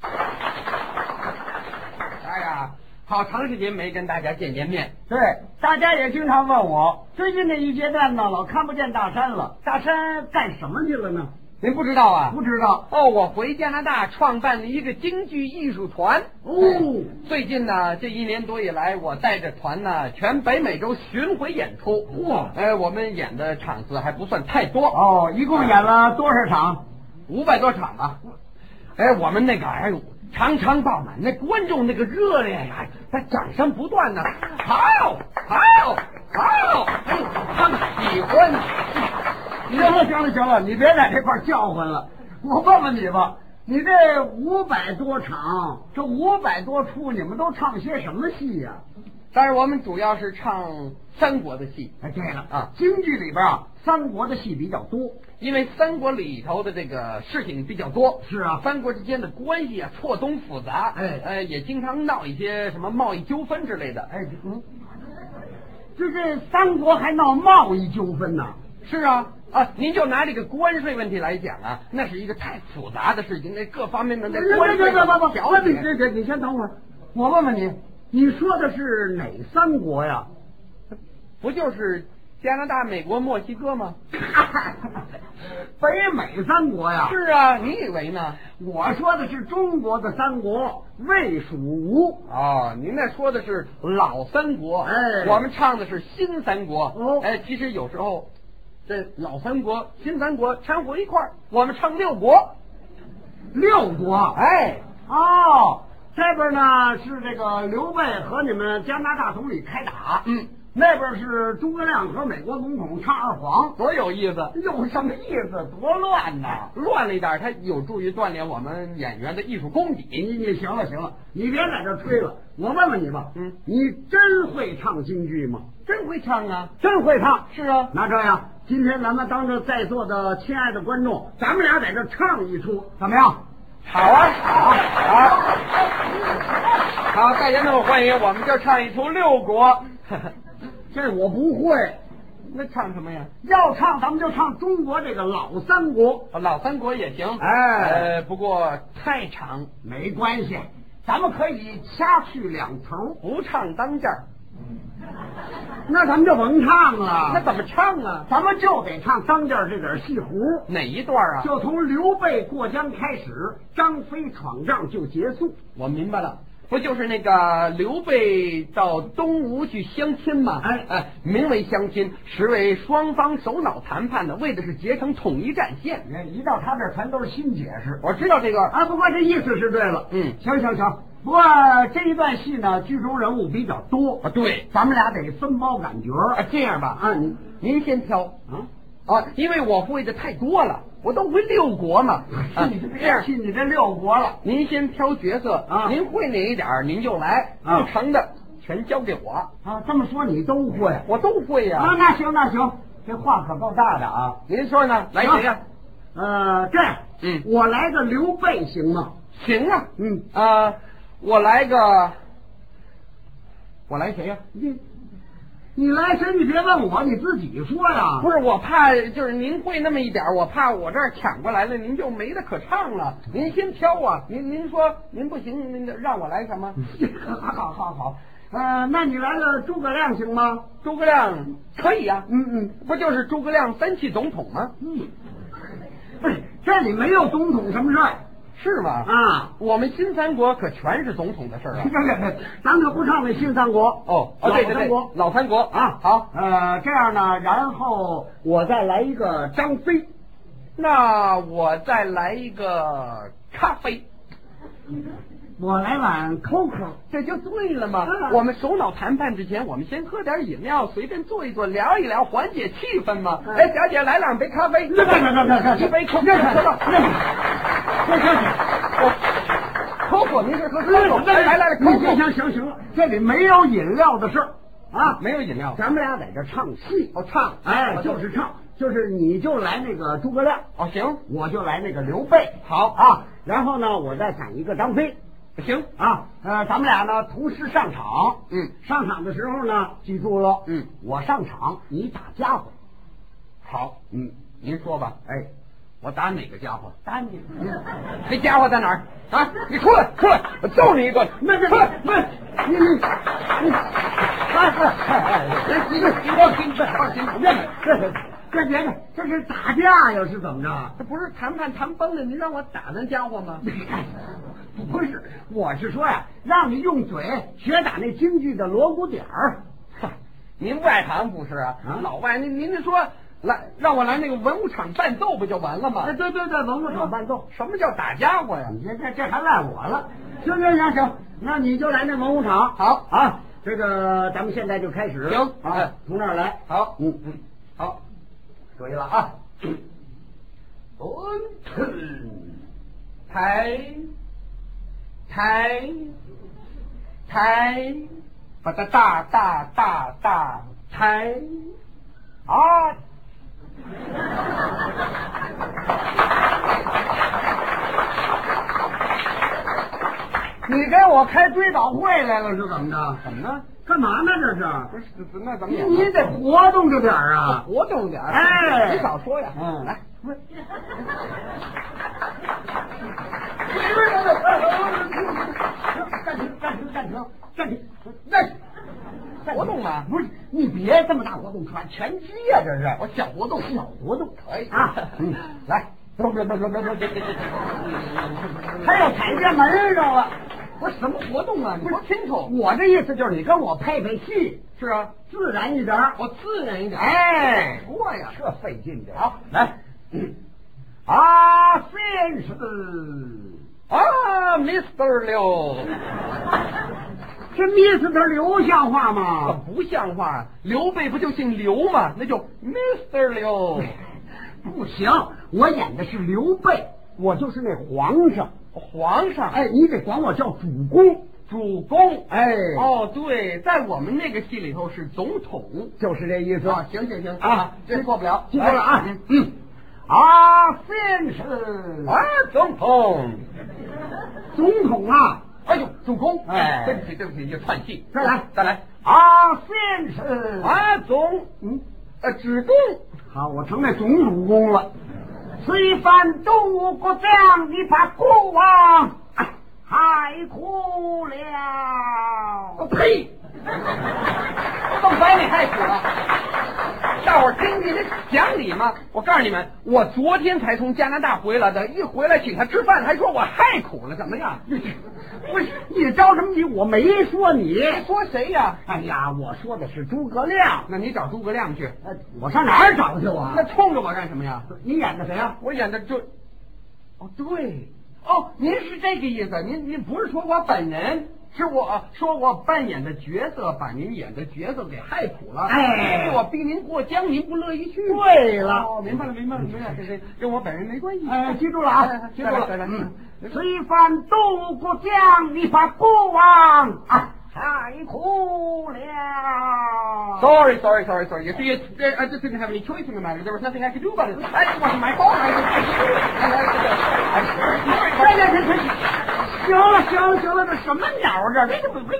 哎好长时间没跟大家见见面。对，大家也经常问我，最近这一决战呢，老看不见大山了，大山干什么去了呢？您不知道啊？不知道。哦，我回加拿大创办了一个京剧艺术团。哦，最近呢，这一年多以来，我带着团呢，全北美洲巡回演出。哇哎，我们演的场次还不算太多，哦，一共演了多少场？五百多场吧。哎，我们那个哎呦，常常爆满，那观众那个热烈呀、那掌声不断呢。好，好，好，哎呦，他们喜欢。行了行了行了，你别在这块儿叫唤了。我问问你吧，你这五百多场，这五百多出，你们都唱些什么戏呀、但是我们主要是唱三国的戏。哎，对了啊京剧里边啊，三国的戏比较多。因为三国里头的这个事情比较多，是啊三国之间的关系啊错综复杂，哎呃，也经常闹一些什么贸易纠纷之类的。哎，嗯，就这三国还闹贸易纠纷呢、是啊，啊，您就拿这个关税问题来讲啊，那是一个太复杂的事情，那各方面的那关税不不不，调你解，这这，你先等会儿，我问问你，你说的是哪三国呀？ 不就是加拿大、美国、墨西哥吗？北美三国呀？是啊，你以为呢？我说的是中国的三国，魏、蜀、吴。哦，您那说的是老三国，哎我们唱的是新三国。哦哎，其实有时候这老三国、新三国掺和一块儿，我们唱六国。六国。哎，哦，这边呢是这个刘备和你们加拿大总理开打，嗯，那边是诸葛亮和美国总统唱二黄，多有意思，有什么意思？多乱呐！乱了一点儿，它有助于锻炼我们演员的艺术功底。你你行了行了，你别在这儿吹了。我问问你吧，嗯你真会唱京剧吗？真会唱啊！真会唱。是啊，那这样，今天咱们当着在座的亲爱的观众，咱们俩在这儿唱一出，怎么样？好啊，好啊，好。好，大家那么欢迎，我们就唱一出六国。 这我不会，那唱什么呀？要唱咱们就唱中国这个老三国，老三国也行，哎呃，不过太长，没关系，咱们可以掐去两头，不唱当间儿，那咱们就甭唱了，那怎么唱啊？咱们就得唱当间儿这点儿戏胡。哪一段啊？就从刘备过江开始，张飞闯帐就结束。我明白了，不就是那个刘备到东吴去相亲吗？哎哎，名为相亲，实为双方首脑谈判的，为的是结成统一战线。一到他这儿全都是新解释我知道这个，啊，不过这意思是对了。嗯行行行。不过这一段戏呢，剧中人物比较多啊对，咱们俩得分包感觉啊，这样吧，啊。你您先挑啊，啊，因为我会的太多了，我都会六国 嘛。啊你就，这别样，去你这六国了。您先挑角色啊您会哪一点儿您就来，啊不成的全交给我，啊，这么说你都会我都会呀、啊？那行那行，这话可够大的啊。您说呢？来谁呀、呃，这样，嗯我来个刘备行吗？行啊，嗯，啊，我来个，我来谁呀、你你来谁？你别问我，你自己说呀。不是，我怕就是您会那么一点儿，我怕我这儿抢过来了，您就没得可唱了。您先挑啊，您您说您不行，您就让我来什么？嗯 好好好好，呃，那你来个诸葛亮行吗？啊诸葛亮可以啊，嗯嗯不就是诸葛亮三气总统吗？嗯，不是，这里没有总统什么事儿是吗？啊。 我们新三国可全是总统的事儿啊。咱可不唱那新三国哦，哦，对对老对三国，老三国啊。好，呃，这样呢，然后我再来一个张飞，那我再来一个咖啡。我来碗 COCO。这就对了嘛！嗯我们首脑谈判之前，我们先喝点饮料，随便坐一坐，聊一聊，缓解气氛嘛。嗯哎，小姐，来两杯咖啡，那那那那那一杯可可那喝吧。那那可可，您是喝可可？哎来来来来，可行可行行行了，这里没有饮料的事儿啊，没有饮料。咱们俩在这儿唱戏，哦，唱，哎，我就是唱，就是你就来那个诸葛亮，哦，行我就来那个刘备，好啊，然后呢，我再想一个张飞行，啊，呃，咱们俩呢同时上场，嗯，上场的时候呢，记住了，嗯，我上场，你打家伙，好，嗯，您说吧，哎，我打哪个家 伙？打你，那家伙在哪儿啊？你出来，出来，我揍你一顿！那那出来那，那你你你，哎哎哎，你你你放心，放心，别别别别别，这是打架呀，是怎么 着？这不是谈判谈崩了，你让我打那家伙吗？不是，我是说呀、让你用嘴学打那京剧的锣鼓点儿。 您外行不是啊？啊老外，您您说来让我来那个文物场伴奏不就完了吗哎，？对对对，文物场伴奏。什么叫打家伙呀？啊你这这这还赖我了？行行行行，那你就来那文物场。好啊，这个咱们现在就开始。行哎啊，从那儿来。好，嗯嗯，好，注意了啊！嗯，抬抬抬，把它大大大大抬啊！你给我开追悼会来了是怎么着？怎么呢？干嘛呢？这是？不是，那怎么你演你呢？得活动着点儿啊！活动点儿，哎你少说呀。嗯来，不是暂停，暂停，暂停，暂停！哎那活动吗？不是，你别这么大活动传拳击呀、这是我小活动，小活动可以啊嗯，来，不不不不不不，还有踩界门上了。不是什么活动啊？你说清楚。我这意思就是你跟我配配戏，是啊，自然一点儿。我自然一点。哎，说呀，这费劲点儿好来，嗯啊，先是啊，Mr. 刘，这 Mr. 刘像话这吗？不像话！啊刘备不就姓刘吗？那就 Mr. 刘， 不行，我演的是刘备，我就是那皇上。皇上，哎，你得管我叫主公。主公。哎，哦，对，在我们那个戏里头是总统。就是这意思。啊，行行行啊这过不了，哎记住了啊来。嗯，啊，先是啊，总统。总统啊，哎呦，主公，哎对不起，对不起，又串戏，再来再来，啊，先是，啊，总，嗯，呃，主公，好，我成那总主公了。虽犯董国将，你把国王害苦了。呸，更把你害死了。大伙儿听听，这讲理吗？我告诉你们，我昨天才从加拿大回来的，一回来请他吃饭，还说我害苦了，怎么样？不是你着什么急？我没说你。说谁呀？哎呀，我说的是诸葛亮。那你找诸葛亮去，哎我上哪儿找去我啊那？冲着我干什么呀？你演的谁啊？我演的就，哦对，哦，您是这个意思，您您不是说我本人，是我说我扮演的角色把您演的角色给害苦了，哎所以我逼您过江，您不乐意去。对了哦，明白了，明白了，明白了，这这跟我本人没关系。哎，记住了啊哎，记住了。再来再来嗯，虽犯董国将，你把国王啊害苦了。 Sorry, sorry, sorry, sorry. You see, it's, there, I just didn't have any choice in the matter. There was nothing I could do about it. That wasn't my fault. I was, I I- I'm sorry. 哎呀，这这行了行了行了，这什么鸟儿这？这这不不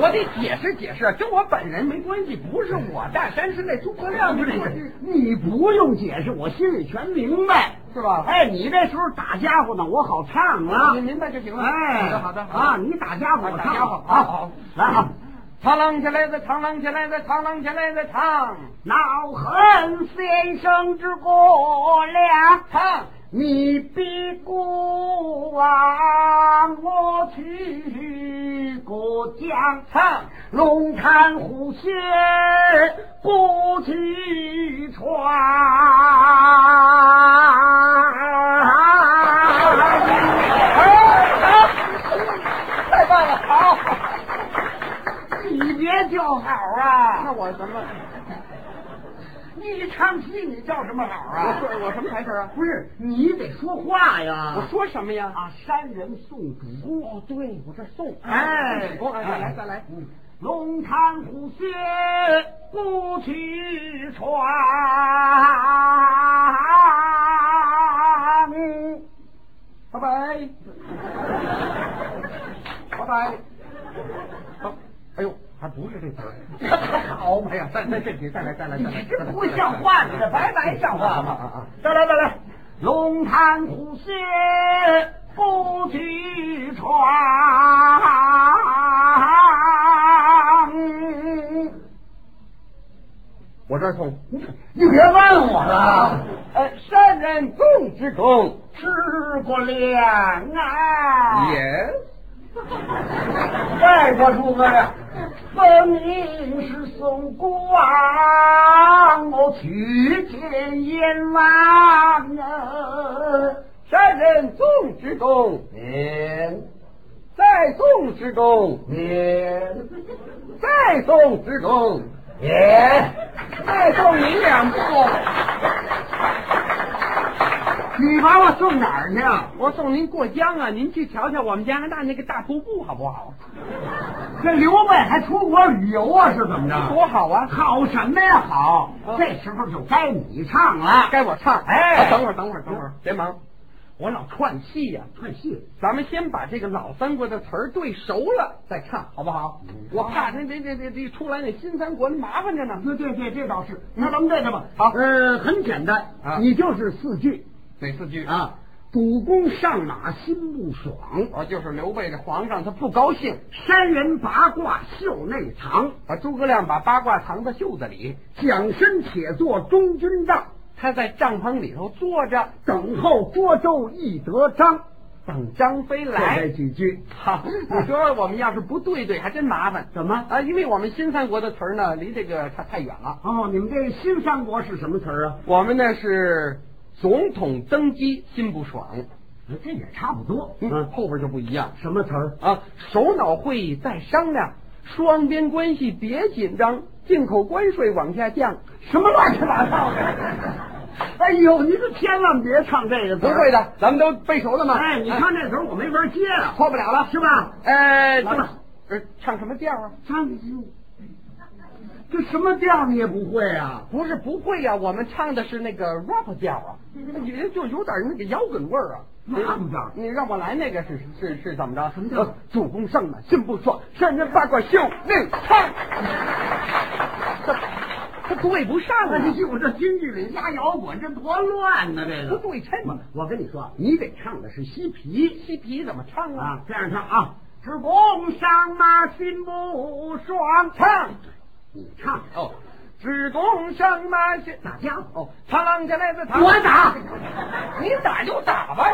我得解释解释，跟我本人没关系，不是我大山是那诸葛亮，不是不，你不用解释，我心里全明白，是吧哎，你这时候打家伙呢，我好唱啊你。明白就行了。哎，好的好的啊，。你打家伙，我打唱家伙啊，好好来啊。螳螂起来的螳螂起来的螳螂起来的螳恼恨先生之过了，螳，你必孤王我去过江唱龙潭虎穴不去闯。太棒了，好。你别叫好啊！那我什么？你唱戏你叫什么好我啊？ 说我什么台词啊？不是，你得说话呀！我说什么呀？啊，山人送主公。哦，对，我这送。哎，主公，哎，再来再来。嗯，龙潭虎穴不去闯。拜拜，拜拜。好哎呦，还不是这词儿， 好嘛呀！再再这题，再来再来再来，你这不像话，你这拜拜像话吗？ 再来再来，龙潭虎穴不去闯。这儿痛。你别问我了，呃，善人共之功吃过粮啊，也。带过诸葛亮，分明是宋光，我去见阎王啊。善人纵之功，您再纵之功，您再纵之功，您，再送您两步。你把我送哪儿去？我送您过江啊，您去瞧瞧我们加拿大那个大瀑布好不好？这刘备还出国旅游啊？是怎么着？多好啊！嗯好什么呀？好，这时候就该你唱了。该我唱。哎啊等会儿，等会儿，等会儿，别忙，我老串戏呀、看戏，咱们先把这个老三国的词儿对熟了再唱，好不好？我怕这这这这这出来那新三国那麻烦着呢。对对对，这倒是。那咱们这样吧，好呃，很简单，啊你就是四句哪四句？啊：主公上马心不爽，啊，就是刘备这皇上他不高兴山人八卦袖内藏，啊，诸葛亮把八卦藏在袖子里，蒋身且坐中军帐，他在帐篷里头坐着等候涿州一得章。等张飞就来这。几句， 好，你说我们要是不对对，还真麻烦怎么？啊！因为我们新三国的词儿呢，离这个它太远了。哦，你们这新三国是什么词儿啊？我们呢是总统登基心不爽，哎这也差不多。嗯，嗯，后边就不一样什么词儿？啊。首脑会议再商量，双边关系别紧张，进口关税往下降。什么乱七八糟的？哎呦，你可千万别唱这个词不儿会。的，啊咱们都背熟了吗？哎，你唱这词儿我没法接了，错不了了。是吧？呃，完了这，呃，唱什么调啊？唱这什么调你也不会啊？不是不会呀、我们唱的是那个 rap 调啊，也就有点那个摇滚味儿啊。 rap 调你让我来那个是是是怎么着？什么调呃主公上马心不爽，山人八卦秀内唱。这这对不上哎啊，呦，这京剧里加摇滚，这多乱呢！这不个。对称啊嘛。我跟你说，你得唱的是西皮西皮怎么唱啊？啊，这样唱啊。是公上马心不爽，啊唱你唱哦，主公上马心打架哦，唱起来自唱。我 打。你打就打吧，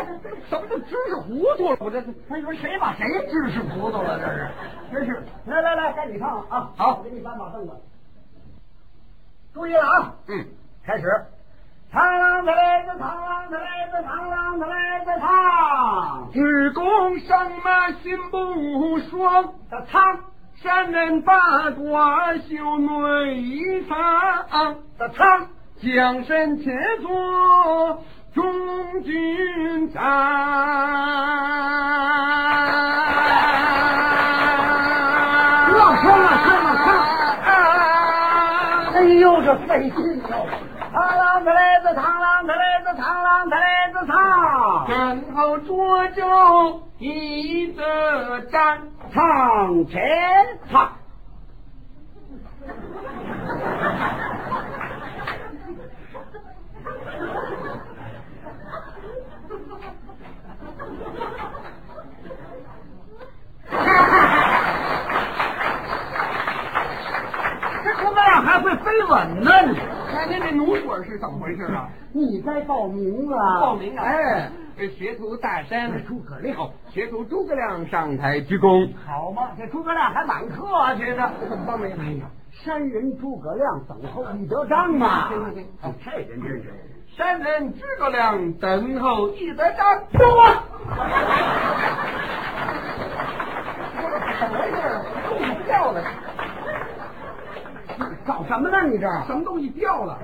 什么都知识糊涂了，我这是。他说谁把谁知识糊涂了？这是，真是！来来来，该你唱了啊！好我给你搬把凳子。注意了啊！嗯，开始。螳螂的来子，螳螂的来子，螳螂的来子，唱。只公上马心不爽，这唱，山人八卦秀内藏。这唱，将身且坐中军帐。乐声了，唱了唱。哎呦，这费劲哟！螳螂的来子，螳螂的来子，螳螂的来子，唱。然后涿州一得战，唱前唱。这他妈还会飞吻呢你！看您这驽水是怎么回事啊？你该报名了，报名啊！哎，，这学徒大山诸葛亮哦学徒诸葛亮上台鞠躬。好嘛，这诸葛亮还满客气呢，怎么没没有？山人诸葛亮等候一得章嘛。对对对哦，这人真是。山人诸葛亮等候一得章。我怎么回事儿？东西掉了，搞什么呢？你这什么东西掉了？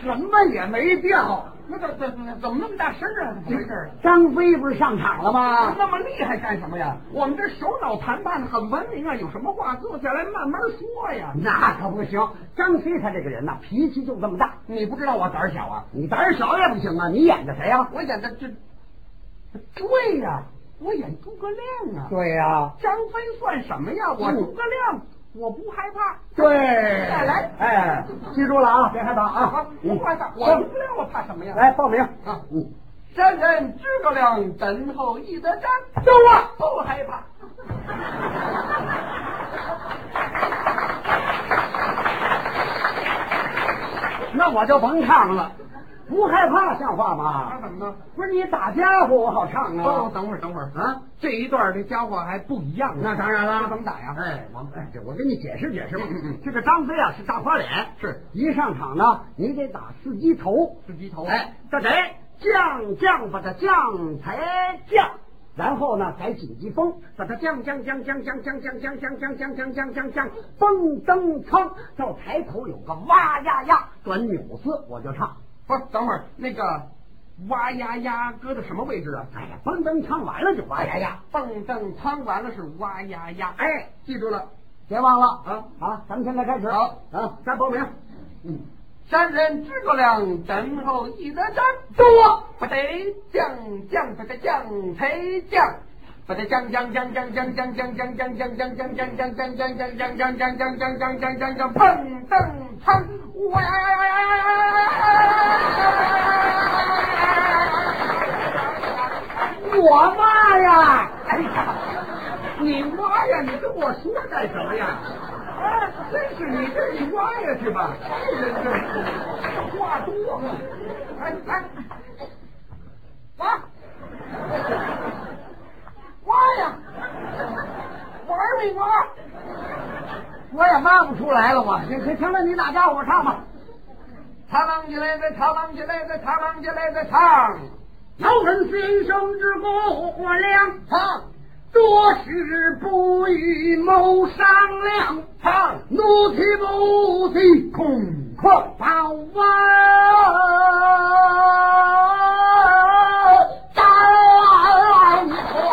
什么也没掉。那怎怎怎怎么那么大声啊？怎么回事儿？张飞不是上场了吗？那么厉害干什么呀？我们这首脑谈判很文明啊，有什么话坐下来慢慢说呀。那可不行，张飞他这个人呐、脾气就这么大。你不知道我胆儿小啊？你胆儿小也不行啊！你演的谁呀、我演的这，对呀、我演诸葛亮啊。对呀、张飞算什么呀？我嗯诸葛亮，我不害怕。对。再来哎，记住了啊，别害怕啊啊，，不害怕，我诸葛亮，我怕什么呀？来报名啊嗯，山人诸葛亮，等候一得战。走啊！不害怕。那我就甭唱了，不害怕像话他吗？怎么呢？不是你打家伙，我好唱哦啊，。等会儿，等会儿啊，这一段这家伙还不一样呢。那当然了这怎么打呀？哎，我哎，这我给你解释解释吧。嗯嗯嗯这个张飞啊是大花脸，是一上场呢，你得打四击头。是鸡头。哎，这得降降把它降才降，然后呢才紧急风，把它降降降降降降降降降降降降降降降，蹦蹬噌到抬头有个哇呀呀转扭子，我就唱。不是，等会儿那个哇呀呀搁在什么位置啊？哎呀，蹦蹬唱完了就哇呀呀，蹦蹬汤完了是哇呀呀。哎，记住了，别忘了啊啊！咱们现在开始好啊，再报名。嗯，山人诸葛亮，然后一得山，多不得降降不得降才降。不得降降降降降降降降降降降降降降降降降降降降降降降降降降碰蹬仓，哇呀呀呀呀呀！我妈呀！哎呀，你妈呀！你跟我说干什么呀？啊，真是你这你妈呀去吧！这人这话多嘛！哎哎，妈， 妈呀！玩命妈！我也骂不出来了，我这这行了，你打家伙唱吧。螳螂起来的，螳螂起来的，螳螂起来的，唱遥闻先生之篝火亮，唱多时不与谋商量。唱！怒气不气，空况报啊！当皇，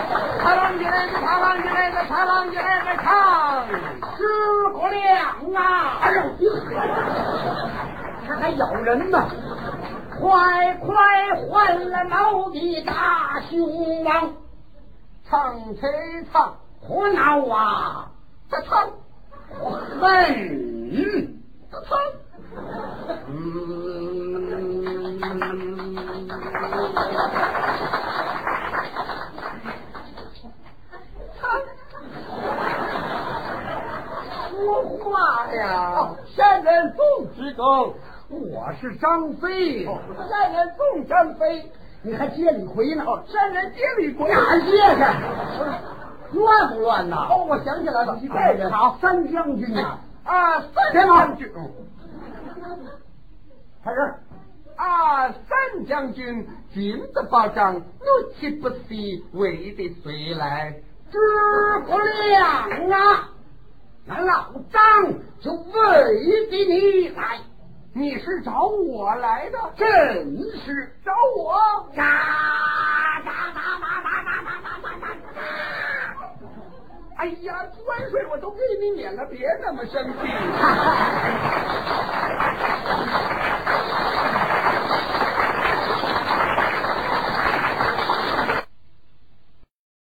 螳螂起来的，螳螂起来的，螳螂起来的，唱！诸葛亮啊！哎呦，这还咬人呢！快快换了毛的大熊王，唱谁唱？胡闹啊！他唱，恨。他唱。说话呀哦！山人纵之公，我是张飞，哦山人纵张飞，你还接李逵呢？山人接李逵。哪儿接去？乱不乱呐？哦，我想起来了，一个哎人好好，三将军呐、啊， 三别忙将军，嗯开始。啊，三将军，金的保障，怒气不息，为的谁来？诸葛亮啊，俺老张就为的你来，你是找我来的？真是找我？嘎嘎嘎嘎嘎嘎嘎嘎嘎嘎哎呀，关税我都给你免了，别那么生气。嘎！